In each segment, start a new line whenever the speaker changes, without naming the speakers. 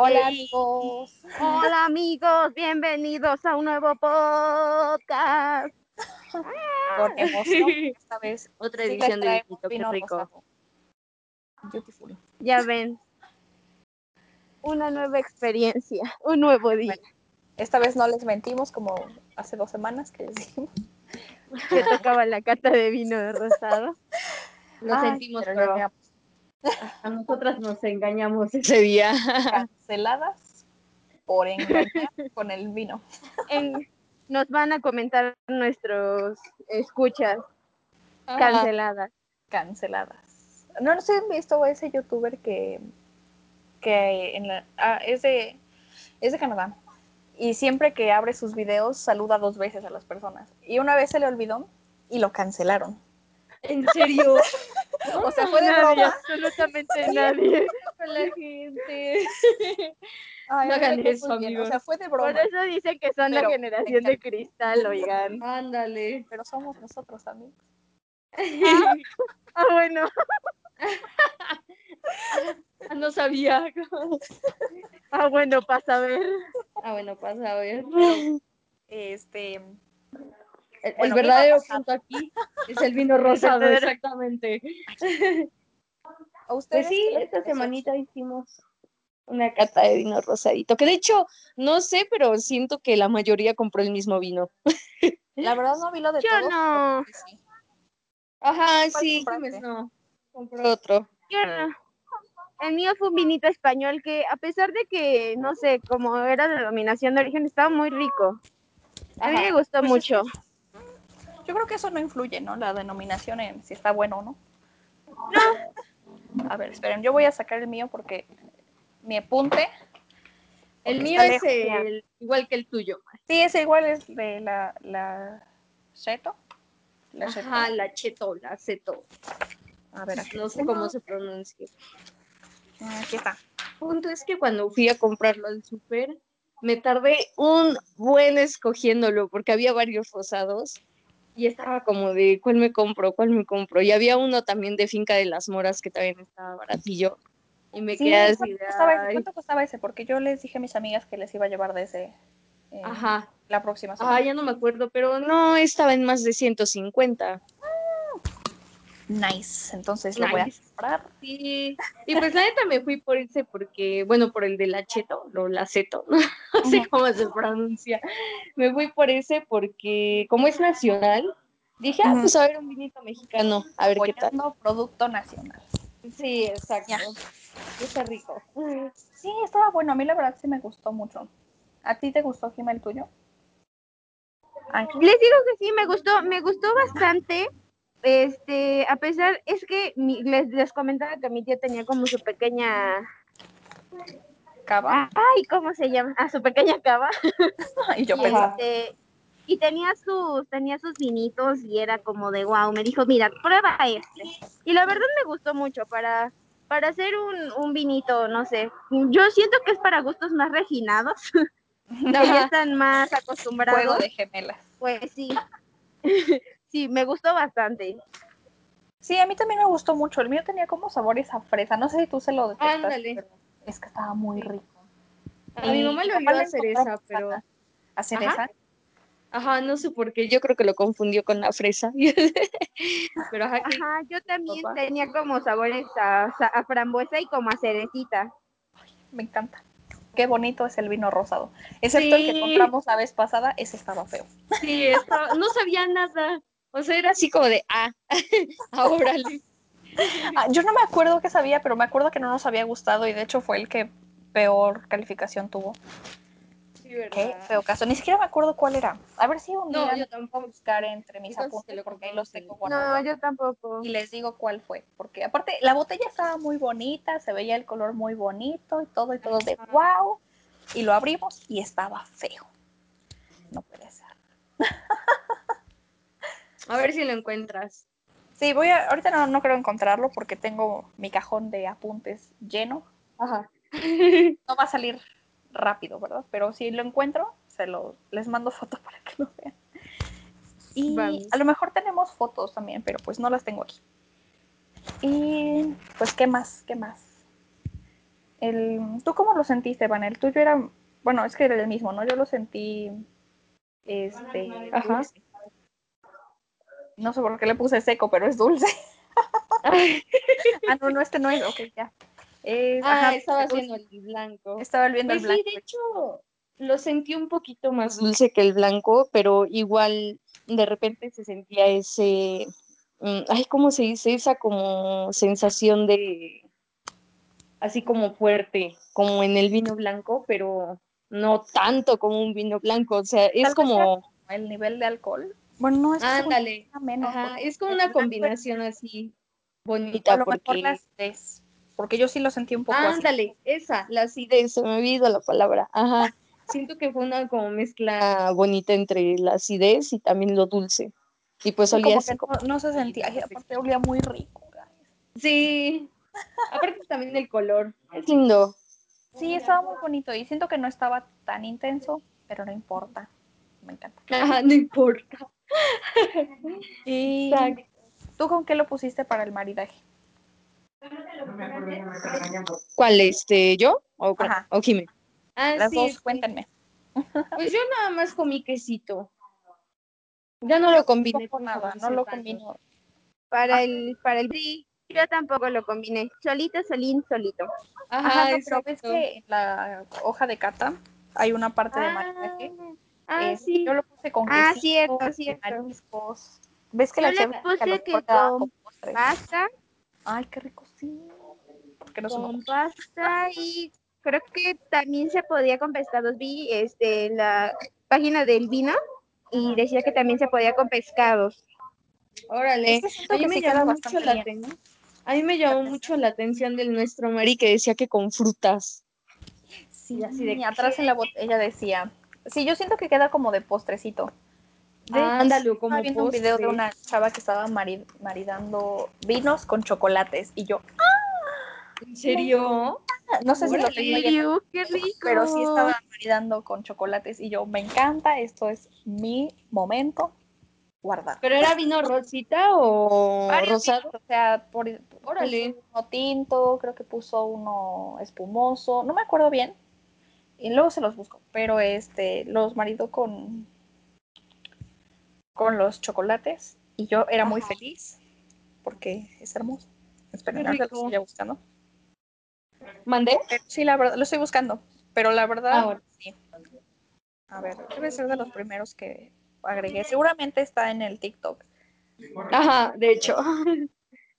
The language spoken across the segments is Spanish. Hola amigos.
Hola amigos, bienvenidos a un nuevo podcast.
Con emoción, esta vez
Otra
sí les
edición de
traemos
Distrito, qué
vino
rico.
rosado. Beautiful.
Ya ven, una nueva experiencia, un nuevo día.
Esta vez no les mentimos como hace dos semanas que les dijimos.
Que tocaba la cata de vino de rosado.
Lo
Ay,
sentimos,
pero
pero
ya
a nosotras nos engañamos ese día.
canceladas por engañar con el vino.
En- nos van a comentar nuestros escuchas
Ah.
canceladas.
Canceladas. No, no sé si han visto ese youtuber que, que en la- ah, es, de, es de Canadá. Y siempre que abre sus videos saluda dos veces a las personas. Y una vez se le olvidó y lo cancelaron.
¿En serio?
O sea, fue de
Nadie,
broma.
absolutamente nadie.
la gente.
Ay,
No
me
hagan
quedé
eso,
muy bien. O
amigos.
sea, fue de broma,
Por eso dicen que son la
Pero-
generación de cristal, oigan.
Ándale.
pero somos nosotros amigos.
Ah, bueno,
Ah, No sabía.
ah, bueno, para saber.
Ah, bueno, pasa a ver.
Este,
El, el
Bueno,
verdadero
vino rosado.
punto aquí es el vino rosado,
verdadero.
exactamente.
a ustedes
Pues sí,
qué les
esta
pareció?
semanita hicimos una cata de vino rosadito, que de hecho, no sé, pero siento que la mayoría compró el mismo vino.
La verdad no vi lo de
Yo
todos,
no.
pero sí.
Ajá,
¿Cuál
sí,
compraste?
Jiménez no. Compró otro.
Yo
Ah.
no. El mío fue un vinito español que, a pesar de que, no sé, como era de dominación de origen, estaba muy rico. A mí
Ajá.
me gustó
Pues es-
mucho.
Yo creo que eso no influye, ¿no? La denominación en si está bueno o no. A ver, esperen, yo voy a sacar el mío porque mi apunte.
El
Porque
mío
está
es
lejos,
el- igual que el tuyo.
Sí, es igual, es de la. la Cheto. La Cheto.
Ajá, la cheto, la ceto.
A ver, aquí, Mm,
No sé cómo se pronuncia.
aquí está.
punto es que cuando fui a comprarlo al súper, me tardé un buen escogiéndolo porque había varios rosados y estaba como de cuál me compro, cuál me compro. Y había uno también de Finca de las Moras que también estaba baratillo. Y me
Sí,
quedé así
¿cuánto,
de,
costaba ese?
"Ay".
¿Cuánto costaba ese? Porque yo les dije a mis amigas que les iba a llevar de ese. eh,
Ajá.
La próxima semana.
Ah, ya no me acuerdo, pero no estaba en más de 150.
Nice. Entonces lo voy a
Nice.
comprar.
Sí. Y pues la neta me fui por ese porque, bueno, por el del acheto, lo laceto, no sé
Ujú.
cómo se pronuncia. Me fui por ese porque, como es nacional, dije, ah,
Ujú.
pues a ver un vinito mexicano, a ver qué tal.
Apoyando producto nacional.
Sí, exacto.
Ya.
Está rico.
Sí, estaba bueno. A mí la verdad sí me gustó mucho. ¿A ti te gustó, Jimé, el tuyo? Ángel.
Les digo que sí, me gustó, me gustó bastante. Este, a pesar, es que mi- les, les comentaba que mi tía tenía como su pequeña,
Ah.
Cava.
ay, ¿cómo se llama? Ah, su pequeña cava.
Y yo
y,
pensaba,
este, y tenía sus, tenía sus vinitos y era como de wow. Me dijo, mira, prueba este. Y la verdad me gustó mucho para, para hacer un, un vinito, no sé. Yo siento que es para gustos más refinados, que ya están más
juego
acostumbrados.
de gemelas.
Pues sí. sí, me gustó bastante.
Sí, a mí también me gustó mucho. El mío tenía como sabores a fresa. No sé si tú se lo detectaste.
Ándale.
pero Es que estaba muy rico.
A mi mamá
Y
le
capaz
olvidó
le
a cereza,
encontró
pero.
manzana. ¿A cereza?
Ajá, no sé por qué. Yo creo que lo confundió con la fresa. pero ajá, que-
Ajá, yo también
Papá.
tenía como sabores a, a frambuesa y como a cerecita.
Me encanta. Qué bonito es el vino rosado. Excepto el que
Sí.
compramos la vez pasada, ese estaba feo.
sí, estaba- no sabía nada. O sea, era así como de, ah, ahora
Ah, yo no me acuerdo qué sabía, pero me acuerdo que no nos había gustado y de hecho fue el que peor calificación tuvo.
Sí, ¿verdad?
Qué feo caso. Ni siquiera me acuerdo cuál era. A ver si un
Ah. No,
día
yo
me
tampoco.
voy a buscar entre mis
Esos te
apuntes
lo
porque ahí
compramos
los
en-
tengo
No,
guardados.
yo tampoco.
Y les digo cuál fue. Porque aparte, la botella estaba muy bonita, se veía el color muy bonito y todo, y todo de
Ajá.
wow. Y lo abrimos y estaba feo. No puede ser.
A ver si lo encuentras.
Sí, voy a. Ahorita no, no creo encontrarlo porque tengo mi cajón de apuntes lleno.
Ajá.
No va a salir rápido, ¿verdad? Pero si lo encuentro, se lo, les mando fotos para que lo vean. Y
Vamos.
a lo mejor tenemos fotos también, pero pues no las tengo aquí. Y pues, ¿qué más? ¿Qué más? el, ¿tú cómo lo sentiste, Van? El tuyo era, bueno, es que era el mismo, ¿no? Yo lo sentí, este,
Ajá.
dulce. no sé por qué le puse seco, pero es dulce. ah, no, no, este no es, ok, ya. Es-
Ah,
ajá,
estaba
dulce.
haciendo el blanco.
Estaba viendo
Pues
el
sí,
blanco.
de hecho, lo sentí un poquito más dulce que el blanco, pero igual de repente se sentía ese, mm, ay, ¿cómo se dice? Esa como sensación de, así como fuerte, como en el vino blanco, pero no tanto como un vino blanco, o sea,
vez
es
sea
como,
El nivel de alcohol. Bueno, no, es que según
ándale,
yo era menos.
ajá,
porque-
es como
el
una
blanco era-
combinación así
o a
bonita,
lo mejor
porque...
las tres. Porque yo sí lo sentí un poco así.
Ándale, esa, la acidez, se me ha ido la palabra. Ajá. Siento que fue una como mezcla bonita entre la acidez y también lo dulce. Y pues
Sí,
olía
como
así
que
como.
no, no se sentía. Ay, aparte olía muy rico. guys.
Sí. Aparte también el color. Es lindo.
Sí, estaba muy bonito. Y siento que no estaba tan intenso, pero no importa. Me encanta.
Ajá, no importa.
¿Y
Exacto.
tú con qué lo pusiste para el maridaje?
¿Cuál, este, yo o, Cra-
Ajá.
o Jime? Ah,
Las
sí,
dos,
este,
cuéntenme.
Pues yo nada más comí quesito. Ya no lo combiné
Tampoco
con
nada,
jamón
no lo
serrano.
combino.
Para el, para el sí, yo tampoco lo combiné. Solito, solín, solito.
Ajá,
Ajá, no, pero ves
exacto.
que en la hoja de cata hay una parte de maridaje.
Ah,
Eh,
ah, sí.
Yo lo puse con
Ah,
quesito,
cierto,
con
cierto.
mariscos. ¿Ves que
Yo
la
le
chef
puse
a lo
que
mejor te da
con
como postre?
Pasta,
Ay, qué rico, sí. ¿Por qué no se me
Con
ocurre?
pasta y creo que también se podía con pescados. Vi este, la página del vino y decía que también se podía con pescados.
Órale.
Es que siento
A mí
que
me
sí queda
llamó mucho
bastante
la
bien.
atención. Eh, A mí me llamó mucho la atención del nuestro Mari que decía que con frutas.
Sí,
Y así de-
y atrás en la botella decía. Sí, yo siento que queda como de postrecito. De hecho,
Ándale, o
estaba
como
viendo un video de
postre.
una chava que estaba mari- maridando vinos con chocolates y yo,
¿En serio?
ah, no sé si lo
Órale.
tenía ya,
Diu, ¡Qué rico!
pero sí estaba maridando con chocolates y yo, me encanta, esto es mi momento, guardar.
¿Pero era vino rosita o
Varios
rosado?
vinos, O sea, por,
Órale.
puso uno tinto, creo que puso uno espumoso, no me acuerdo bien. Y luego se los busco, pero este los marido con con los chocolates y yo era muy
Ajá.
feliz porque es hermoso. Esperen,
Qué
ahorita lo
rico.
estoy ya buscando.
¿Mandé?
Pero sí, la verdad, lo estoy buscando, pero la verdad
Ahora.
sí. A ver, debe ser de los primeros que agregué. Seguramente está en el TikTok,
Ajá, de hecho.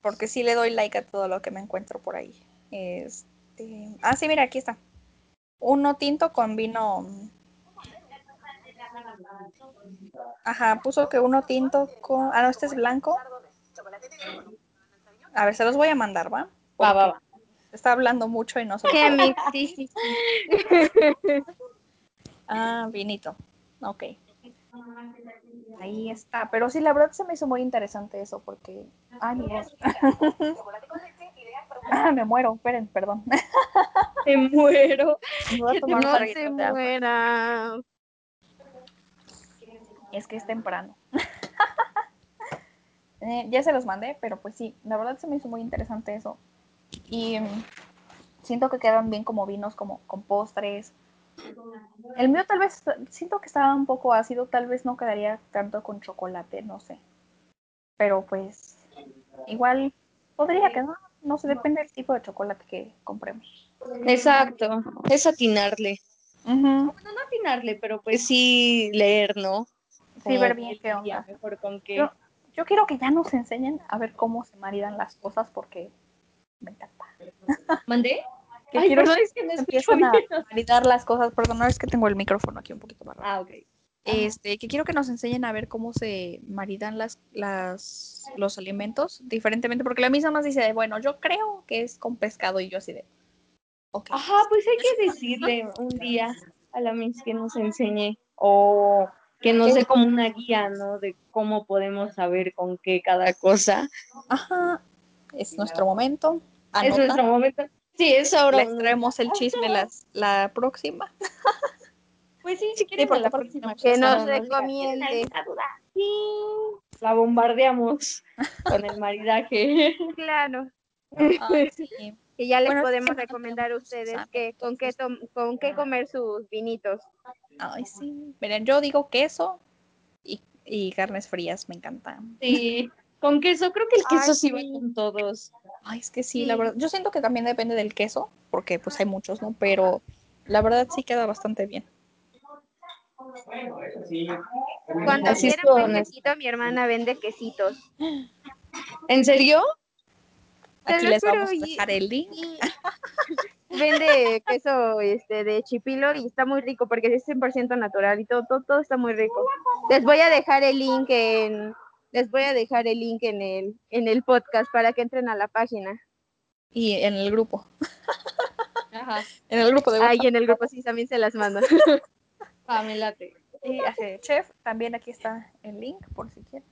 porque sí le doy like a todo lo que me encuentro por ahí. Este, ah, sí, mira, aquí está. Uno tinto con vino. Ajá, puso que uno tinto con. Ah, no, este es blanco. A ver, se los voy a mandar, ¿va?
Va, va, va.
Está hablando mucho y no se.
Qué mix, sí, sí, sí.
Ah, vinito. Ok. Ahí está. Pero sí, la verdad se me hizo muy interesante eso porque. Ay, mi voz. Ah, me muero. Esperen, perdón.
Te muero.
Me voy a tomar un
No
traguito
te
de agua.
mueras.
Es que es temprano. Eh, ya se los mandé, pero pues sí, la verdad se me hizo muy interesante eso. Y mm, siento que quedan bien como vinos, como con postres. El mío tal vez, siento que estaba un poco ácido, tal vez no quedaría tanto con chocolate, no sé. Pero pues igual podría quedar, no sé, depende del tipo de chocolate que compremos.
Exacto. Es atinarle.
Ujú.
Bueno, no atinarle, pero pues sí leer, ¿no?
Eh, Sí,
Como
ver bien
que
qué
diría
onda.
Mejor con qué.
Yo- Yo quiero que ya nos enseñen a ver cómo se maridan las cosas porque me encanta.
¿Mandé?
Que
Ay,
quiero
perdón, es que no escucho
empiezan a
bien.
validar las cosas. Perdón, es que tengo el micrófono aquí un poquito más
Ah, ok.
Este, que quiero que nos enseñen a ver cómo se maridan las, las, los alimentos diferentemente, porque la misma nos dice, bueno, yo creo que es con pescado y yo así de, ok.
Ajá, pues hay que decirle un día a la Miss que nos enseñe o que nos dé como una guía, ¿no? De cómo podemos saber con qué cada cosa.
Ajá, es nuestro momento.
Es
Anota.
nuestro momento. Sí, es ahora.
Les
un-
traemos el chisme las, la próxima.
Pues sí, si
Sí,
quieren a
porque
la
aparte
próxima.
Que
persona
nos
diga,
recomiende.
"¿Tienen alguna duda?". Sí. La bombardeamos con el maridaje. Ah,
Claro.
Ay, sí.
que ya les
Bueno,
podemos
siempre
recomendar a ustedes
sabe,
que, con, qué tom- con qué comer sus vinitos.
Ay, sí. Miren, yo digo queso y, y carnes frías, me encantan.
Sí, con queso, creo que el queso
Ay,
sí va
sí.
con todos.
Ay, es que sí, la
Sí.
verdad. Yo siento que también depende del queso, porque pues hay muchos, ¿no? Pero la verdad sí queda bastante bien.
Cuando
Así
quieran
son,
un
es-
quesito, mi hermana vende quesitos.
¿En serio?
Aquí
Pero,
les
pero,
vamos a
y-
dejar el link.
Y vende queso este, de chipilo y está muy rico porque es 100% natural y todo, todo, todo está muy rico. Les voy a dejar el link en les voy a dejar el link en el en el podcast para que entren a la página.
Y en el grupo.
Ajá,
En el grupo de
Ay, en el grupo sí también se las mando.
va, me late.
Y hace chef, también aquí está el link por si quieren.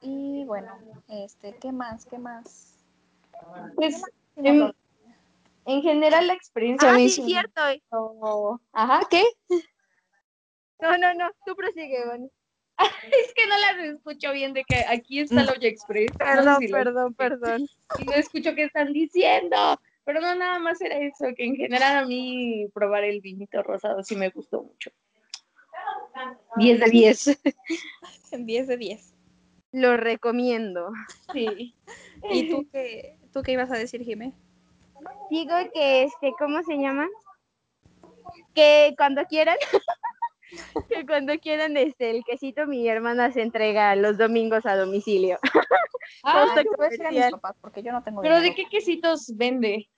Y bueno, este, ¿qué más? ¿Qué más?
Pues, en, en general la experiencia
ah,
me
sí,
hizo-
cierto.
Ajá, ¿qué?
No, no, no, tú prosigue, Bonnie.
Es que no las escucho bien de que aquí está la olla express. no sé
Mm. Perdón,
si lo-
perdón, perdón.
y no escucho qué están diciendo. Pero no, nada más era eso, que en general a mí probar el vinito rosado sí me gustó mucho. 10 de 10.
10 de 10.
Lo recomiendo.
Sí.
¿Y tú qué, tú qué ibas a decir, Jimé?
Digo que este, ¿cómo se llama? Que cuando quieran, que cuando quieran, este, el quesito mi hermana se entrega los domingos a domicilio.
Ah,
Costa
Yo voy a decir a mis
comercial.
papás porque yo no tengo
pero ¿de
dinero.
qué quesitos vende?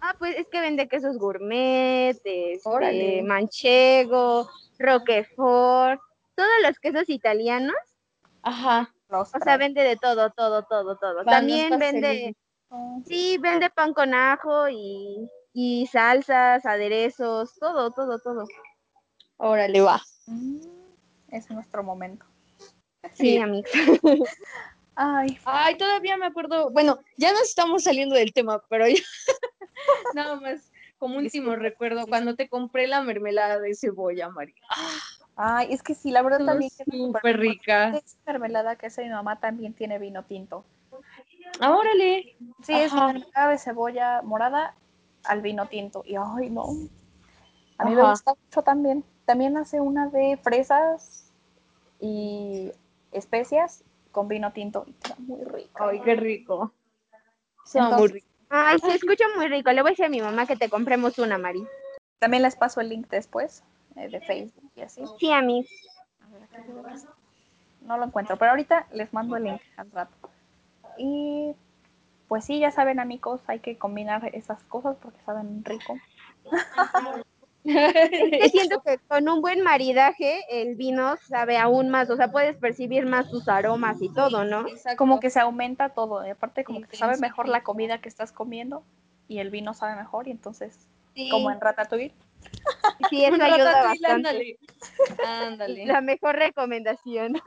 Ah, pues es que vende quesos gourmet, este,
Órale.
manchego, roquefort, todos los quesos italianos,
Ajá.
Los
o sea,
traigo.
vende de todo, todo, todo, todo.
Pan,
También
los
vende,
pastelitos.
sí, vende pan con ajo y, y salsas, aderezos, todo, todo, todo.
Órale, va.
Mm, es nuestro momento.
Sí,
Sí.
amigos.
Ay,
Ay, todavía me acuerdo. Bueno, ya nos estamos saliendo del tema, pero ya. nada más. Como último recuerdo, cuando te compré la mermelada de cebolla, María.
ay, es que sí, la verdad
Estuvo
también que
Súper rica.
Esa mermelada que hace mi mamá también tiene vino tinto.
Ah, Órale.
Sí, es
Ajá.
mermelada de cebolla morada al vino tinto. Y ay, no. A mí me
Ajá.
gusta mucho también. También hace una de fresas y especias con vino tinto. Y queda muy rico.
Ay, qué rico.
Entonces,
muy rico.
Ay, se escucha muy rico. Le voy a decir a mi mamá que te compremos una, Mari.
También les paso el link después eh, de Facebook y así.
Sí, a mí.
A ver, aquí debe de estar. No lo encuentro, pero ahorita les mando el link al rato. Y pues sí, ya saben amigos, hay que combinar esas cosas porque saben rico.
Yo siento que con un buen maridaje el vino sabe aún más, o sea, puedes percibir más sus aromas y todo, ¿no?
Como que se aumenta todo, y aparte como que sabe
Intenso.
mejor la comida que estás comiendo y el vino sabe mejor y entonces como en Ratatouille.
Sí, eso
Un
ayuda
ratatouille,
bastante.
ándale. Ándale.
La mejor recomendación.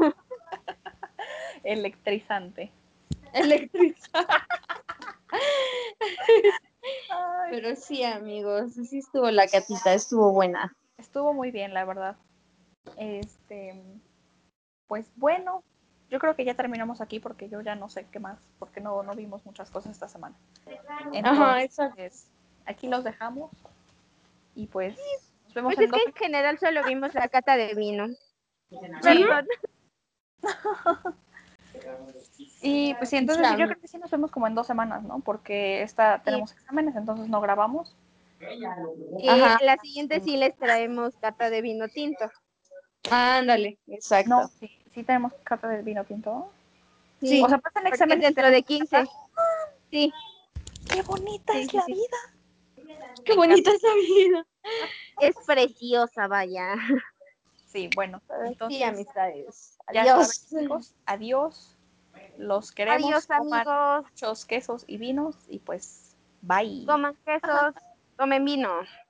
Electrizante.
Electriza. Pero sí, amigos, sí estuvo la catita, estuvo buena.
Estuvo muy bien, la verdad. Este, pues bueno, yo creo que ya terminamos aquí porque yo ya no sé qué más, porque no, no vimos muchas cosas esta semana.
Ajá,
Entonces,
exacto.
aquí los dejamos y pues nos vemos
Pues
en
es que
dos
en general solo vimos la cata de vino.
Sí.
Perdón.
Y pues sí, entonces
Claro.
yo creo que sí nos vemos como en dos semanas, ¿no? Porque esta tenemos exámenes, entonces no grabamos.
Y
Ajá.
la siguiente sí les traemos cata de vino tinto.
Ándale, exacto.
No, sí, sí tenemos carta del vino pinto.
Sí.
O sea, pasan
porque es
exámenes
dentro de 15. Sí.
¡Qué bonita
Sí,
es
sí,
la
sí.
vida!
Qué bonita es la vida.
Es preciosa, vaya.
Sí, bueno,
Pues
entonces
Sí, amistades.
ya
Adiós.
saben, chicos, adiós. Los queremos.
Adiós,
coman
amigos.
muchos quesos y vinos y pues bye.
Coman quesos, comen vino.